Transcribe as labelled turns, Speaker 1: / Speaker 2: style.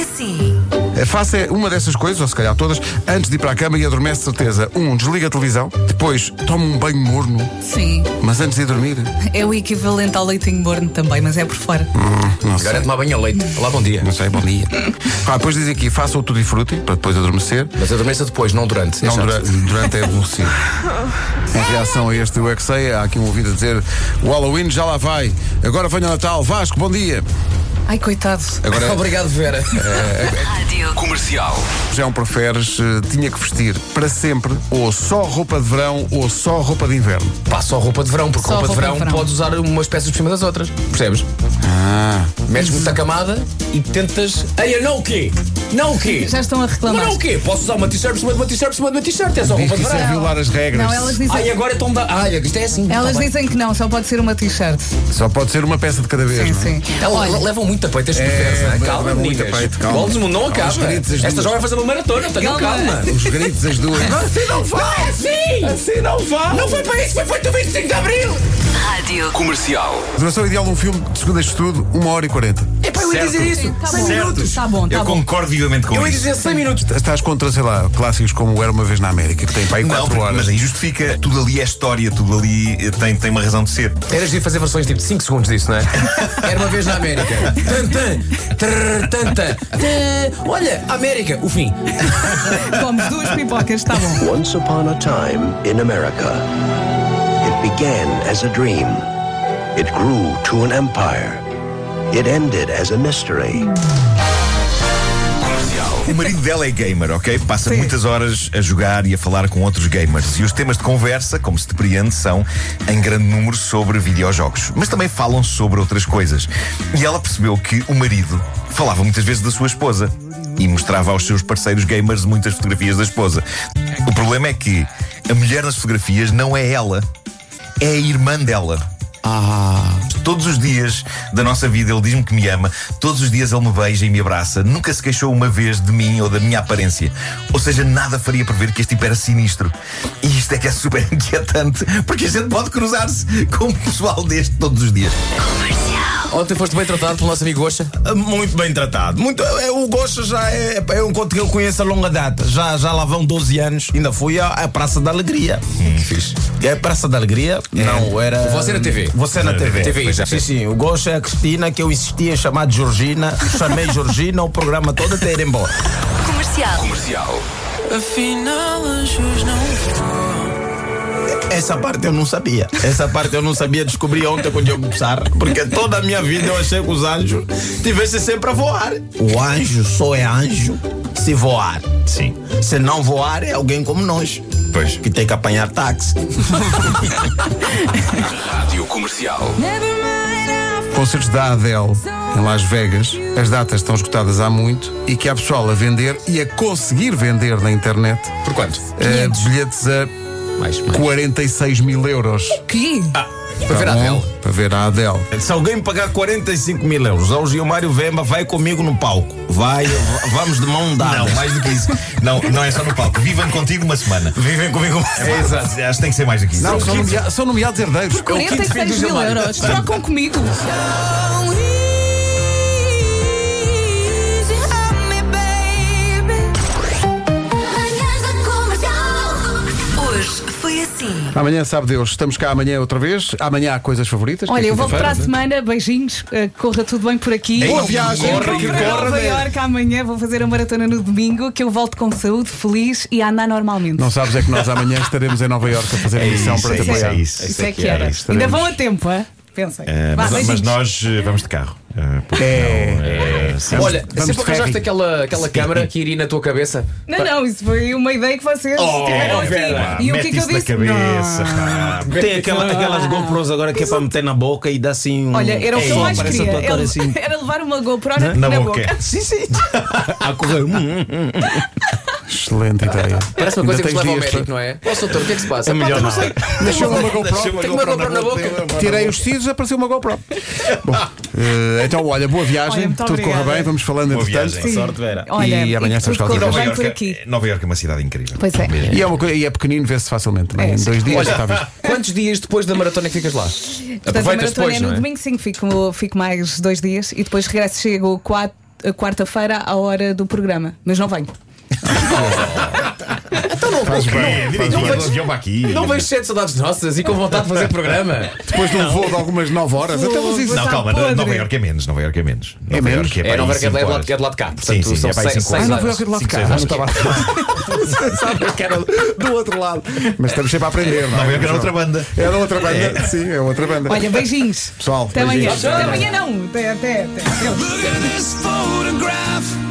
Speaker 1: assim?
Speaker 2: Eh, Faça uma dessas coisas, ou se calhar todas, antes de ir para a cama e adormece de certeza. Um, desliga a televisão. Depois, toma um banho morno,
Speaker 1: Sim,
Speaker 2: mas antes de ir dormir.
Speaker 1: é o equivalente ao leitinho morno também, mas é por fora.
Speaker 2: Não
Speaker 3: Agora é
Speaker 2: sei.
Speaker 3: tomar banho a leite. Olá, bom dia.
Speaker 2: Não sei, bom dia. Ah, depois dizem aqui, faça o tudo e frutti, para depois adormecer.
Speaker 3: Mas adormeça depois, não durante. É
Speaker 2: Não,
Speaker 3: chato.
Speaker 2: dura- durante é aborrecido. em reação a este Eu É Que Sei, há aqui um ouvido a dizer o Halloween já lá vai, agora venha o Natal. Vasco, bom dia.
Speaker 1: Ai, coitado.
Speaker 2: Agora
Speaker 3: Obrigado, Vera.
Speaker 2: já um preferes, eh, tinha que vestir para sempre ou só roupa de verão ou só roupa de inverno.
Speaker 3: Pá, só roupa de verão, porque
Speaker 1: Só
Speaker 3: roupa, de
Speaker 1: roupa de
Speaker 3: verão,
Speaker 1: verão.
Speaker 3: podes usar umas peças por cima das outras. Percebes?
Speaker 2: Ah,
Speaker 3: Metes muita camada e tentas. Ei, não o quê? Não o quê?
Speaker 1: Já estão a reclamar.
Speaker 3: Mas não o quê? Posso usar uma t-shirt por cima de uma t-shirt por cima de uma t-shirt. É só roupa de
Speaker 2: difícil é
Speaker 3: verão.
Speaker 2: violar as regras.
Speaker 1: Não, elas dizem,
Speaker 3: Ai, agora estão da. Ai, isto é assim.
Speaker 1: é- elas
Speaker 3: Tá bem.
Speaker 1: dizem que não, só pode ser uma t-shirt.
Speaker 2: Só pode ser uma peça de cada vez.
Speaker 1: Sim,
Speaker 2: não é?
Speaker 1: sim.
Speaker 3: Elas
Speaker 1: Olha,
Speaker 3: levam muito a peito, as mulheres, né?
Speaker 2: levam
Speaker 3: Calma,
Speaker 2: É, muito
Speaker 3: meninas.
Speaker 2: a peito, calma.
Speaker 3: Bolos, não
Speaker 2: Há uns
Speaker 3: acaba.
Speaker 2: gritos, as
Speaker 3: Esta
Speaker 2: duas.
Speaker 3: já vai fazer uma maratona, tenham
Speaker 1: Calma.
Speaker 3: calma.
Speaker 2: Os gritos, as duas.
Speaker 3: Assim não vá! Assim! Assim não vá! Não foi para isso, foi feito o 25 de Abril!
Speaker 4: Rádio Comercial.
Speaker 2: Duração ideal de um filme, de segundo este estudo, 1 hora e 40.
Speaker 3: É para eu ia
Speaker 5: Certo.
Speaker 3: dizer isso!
Speaker 1: Tá
Speaker 3: 100
Speaker 1: bom.
Speaker 3: minutos!
Speaker 1: Tá bom, tá
Speaker 5: Eu
Speaker 1: bom.
Speaker 5: concordo vivamente com
Speaker 3: Eu ia
Speaker 5: isso.
Speaker 3: dizer 100 minutos!
Speaker 2: Estás contra, sei lá, clássicos como Era uma Vez na América, que tem para aí
Speaker 5: Não,
Speaker 2: 4 horas.
Speaker 5: mas aí justifica. Tudo ali é história, tudo ali eh, tem, tem uma razão de ser.
Speaker 3: Eras de fazer versões tipo 5 segundos disso, não é? Era uma vez na América. Tantan! Trrr, tantan! Tã. Olha, América! O fim!
Speaker 1: Comes duas pipocas, está bom.
Speaker 6: Once upon a time in America, it began as a dream. It grew to an empire. It ended as a mystery.
Speaker 5: O marido dela é gamer, ok? Passa muitas horas a jogar e a falar com outros gamers. E os temas de conversa, como se depreende, são em grande número sobre videojogos. Mas também falam sobre outras coisas. E ela percebeu que o marido falava muitas vezes da sua esposa. E mostrava aos seus parceiros gamers muitas fotografias da esposa. O problema é que a mulher nas fotografias não é ela, é a irmã dela. Todos os dias da nossa vida ele diz-me que me ama, todos os dias ele me beija e me abraça, nunca se queixou uma vez de mim ou da minha aparência. Ou seja, nada faria prever que este tipo era sinistro. E isto é que é super inquietante, porque a gente pode cruzar-se com o pessoal deste todos os dias.
Speaker 3: Ontem foste bem tratado pelo nosso amigo Gocha.
Speaker 7: Muito bem tratado. Muito, é, o Gosta já é, é um conto que eu conheço a longa data. Já, já lá vão 12 anos. Ainda fui à, à Praça da Alegria.
Speaker 5: Hum, fixe. É.
Speaker 7: É a Praça da Alegria? Não, era.
Speaker 3: Você é na TV.
Speaker 7: Você na TV.
Speaker 3: TV,
Speaker 7: Pois é. Sim, sim. O Gosta é a Cristina, que eu insistia em chamar de Georgina. Chamei Georgina o programa todo até ir embora.
Speaker 4: Comercial. Comercial.
Speaker 8: Afinal, anjos não vou.
Speaker 7: Essa parte eu não sabia. Essa parte eu não sabia. Descobri ontem com o Diogo Pissarra. Porque toda a minha vida eu achei que os anjos tivessem sempre a voar. O anjo só é anjo se voar.
Speaker 5: Sim.
Speaker 7: Se não voar, é alguém como nós.
Speaker 5: Pois.
Speaker 7: Que tem que apanhar táxi.
Speaker 4: Rádio Comercial.
Speaker 2: Concertos da Adele em Las Vegas, as datas estão esgotadas há muito e que há pessoal a vender e a conseguir vender na internet
Speaker 3: Por quanto?
Speaker 2: eh, bilhetes a
Speaker 3: Mais, mais.
Speaker 2: 46 mil euros.
Speaker 1: Que?
Speaker 3: Para ver a
Speaker 2: Tá bom?
Speaker 3: Adele.
Speaker 2: Para ver a Adele.
Speaker 7: Se alguém me pagar 45 mil euros ao Gilmário Vemba, vai comigo no palco. Vai, v- vamos de mão dada.
Speaker 5: Não, mais do que isso. Não, não é só no palco. Vivam contigo uma semana.
Speaker 7: Vivem comigo.
Speaker 5: É, exato. Acho que tem que ser mais do que isso.
Speaker 2: Não, são, nomea- são nomeados herdeiros.
Speaker 3: É o quinto filho do
Speaker 1: 46 mil
Speaker 3: Gilmário.
Speaker 1: euros. Trocam comigo.
Speaker 8: Don't easy on me, baby. Manhãs da comercial.
Speaker 4: Hoje foi assim.
Speaker 2: Amanhã, sabe Deus, estamos cá amanhã outra vez. Amanhã há coisas favoritas. que
Speaker 1: Olha,
Speaker 2: é
Speaker 1: eu volto para a
Speaker 2: quinta-feira.
Speaker 1: semana. Beijinhos. eh, Corra tudo bem por aqui.
Speaker 5: Ei,
Speaker 2: Boa viagem.
Speaker 1: Eu vou para Nova Iorque amanhã, vou fazer a maratona no domingo, que eu volto com saúde, feliz e a andar normalmente.
Speaker 2: Não sabes é que nós amanhã estaremos em Nova Iorque a fazer a missão para te
Speaker 5: isso,
Speaker 2: apoiar.
Speaker 5: é isso.
Speaker 1: Isso é que era.
Speaker 5: isso.
Speaker 1: Ainda vão a tempo, hã? Pensem.
Speaker 5: Eh,
Speaker 1: Vá,
Speaker 5: mas- mas,
Speaker 1: beijinhos.
Speaker 5: nós eh, vamos de carro. eh, porque não, eh, sim.
Speaker 3: Olha,
Speaker 2: vamos de
Speaker 3: sempre arranjaste
Speaker 2: ferry.
Speaker 3: aquela, aquela câmara que iria na tua cabeça?
Speaker 1: Não, não, isso foi uma ideia que vocês tiveram aqui.
Speaker 5: Pá,
Speaker 1: E o
Speaker 5: mete
Speaker 1: que é que eu
Speaker 5: isso na
Speaker 1: disse?
Speaker 5: cabeça,
Speaker 1: Não.
Speaker 5: pá.
Speaker 7: Tem aquela- aquelas GoPros agora que é para meter na boca e dá assim um.
Speaker 1: Olha, era o que eu
Speaker 7: Só
Speaker 1: mais
Speaker 7: aparece a
Speaker 1: queria.
Speaker 7: tua cara
Speaker 1: Ele-
Speaker 7: assim.
Speaker 1: Era levar uma GoPro na,
Speaker 5: Na
Speaker 1: na
Speaker 5: boca.
Speaker 1: boca.
Speaker 7: Sim, sim. A correr. Hum, hum.
Speaker 2: Excelente ideia.
Speaker 3: Parece uma
Speaker 2: Ainda
Speaker 3: coisa que
Speaker 2: tens
Speaker 3: se leva ao
Speaker 2: dias
Speaker 3: médico, não é? Ó, doutor, o que é que se passa?
Speaker 7: É
Speaker 3: Pá,
Speaker 7: melhor
Speaker 3: não
Speaker 7: não.
Speaker 3: sei.
Speaker 2: Deixou uma GoPro.
Speaker 3: Tenho uma GoPro na boca.
Speaker 2: Tirei os tiros, apareceu uma GoPro. Bom, eh, então, olha, boa viagem,
Speaker 1: Olha, muito
Speaker 2: tudo corra
Speaker 1: obrigada.
Speaker 2: bem, vamos falando
Speaker 5: Boa
Speaker 2: entretanto.
Speaker 5: viagem.
Speaker 7: Sim. Sorte, Vera.
Speaker 1: Olha,
Speaker 2: E amanhã
Speaker 1: que
Speaker 2: estamos
Speaker 1: tudo
Speaker 2: cá outra
Speaker 1: corra
Speaker 2: vez.
Speaker 1: bem
Speaker 5: Nova
Speaker 1: por
Speaker 5: Iorque,
Speaker 1: aqui.
Speaker 5: Nova Iorque é uma cidade incrível.
Speaker 1: Pois é.
Speaker 2: E é, uma coisa, e é pequenino, vê-se facilmente. também.
Speaker 1: É,
Speaker 2: em
Speaker 1: sim.
Speaker 2: dois dias já está visto.
Speaker 3: Quantos dias depois da maratona é que ficas lá?
Speaker 1: Portanto, a
Speaker 3: Aproveitas
Speaker 1: maratona
Speaker 3: depois,
Speaker 1: é no
Speaker 3: não é?
Speaker 1: domingo, sim, fico, fico mais dois dias e depois regresso, chego quatro a quarta-feira à hora do programa, mas não venho.
Speaker 2: Faz bem, faz
Speaker 5: Não
Speaker 2: bem.
Speaker 5: vejo guião para aqui.
Speaker 3: Não vejo sete saudades nossas e com vontade de fazer programa.
Speaker 2: Depois de um voo de algumas 9 horas. Até mas Então isso.
Speaker 5: Não,
Speaker 1: Está
Speaker 5: calma,
Speaker 1: podre.
Speaker 5: Nova Iorque é menos, Nova Iorque é menos. Nova
Speaker 2: menos?
Speaker 5: Iorque
Speaker 3: É,
Speaker 5: para aí
Speaker 3: Nova Iorque é
Speaker 5: cinco
Speaker 3: do lado-
Speaker 5: horas.
Speaker 3: é do lado de cá,
Speaker 5: Sim,
Speaker 3: portanto,
Speaker 5: sim,
Speaker 3: são
Speaker 5: é para aí
Speaker 3: seis-
Speaker 5: cinco
Speaker 3: seis
Speaker 5: horas.
Speaker 2: Ah, Nova Iorque é do lado de
Speaker 5: Cinco,
Speaker 2: cá.
Speaker 5: seis
Speaker 2: Ah,
Speaker 5: horas.
Speaker 2: não estava Sabes que era do outro lado. Mas estamos sempre a aprender. não é?
Speaker 5: Nova Iorque era outra banda.
Speaker 2: Era outra banda. Sim, é outra banda.
Speaker 1: Olha, beijinhos.
Speaker 2: Pessoal,
Speaker 1: até amanhã.
Speaker 2: beijinhos.
Speaker 1: Até amanhã não. Até, até, até.
Speaker 9: Look at this photograph.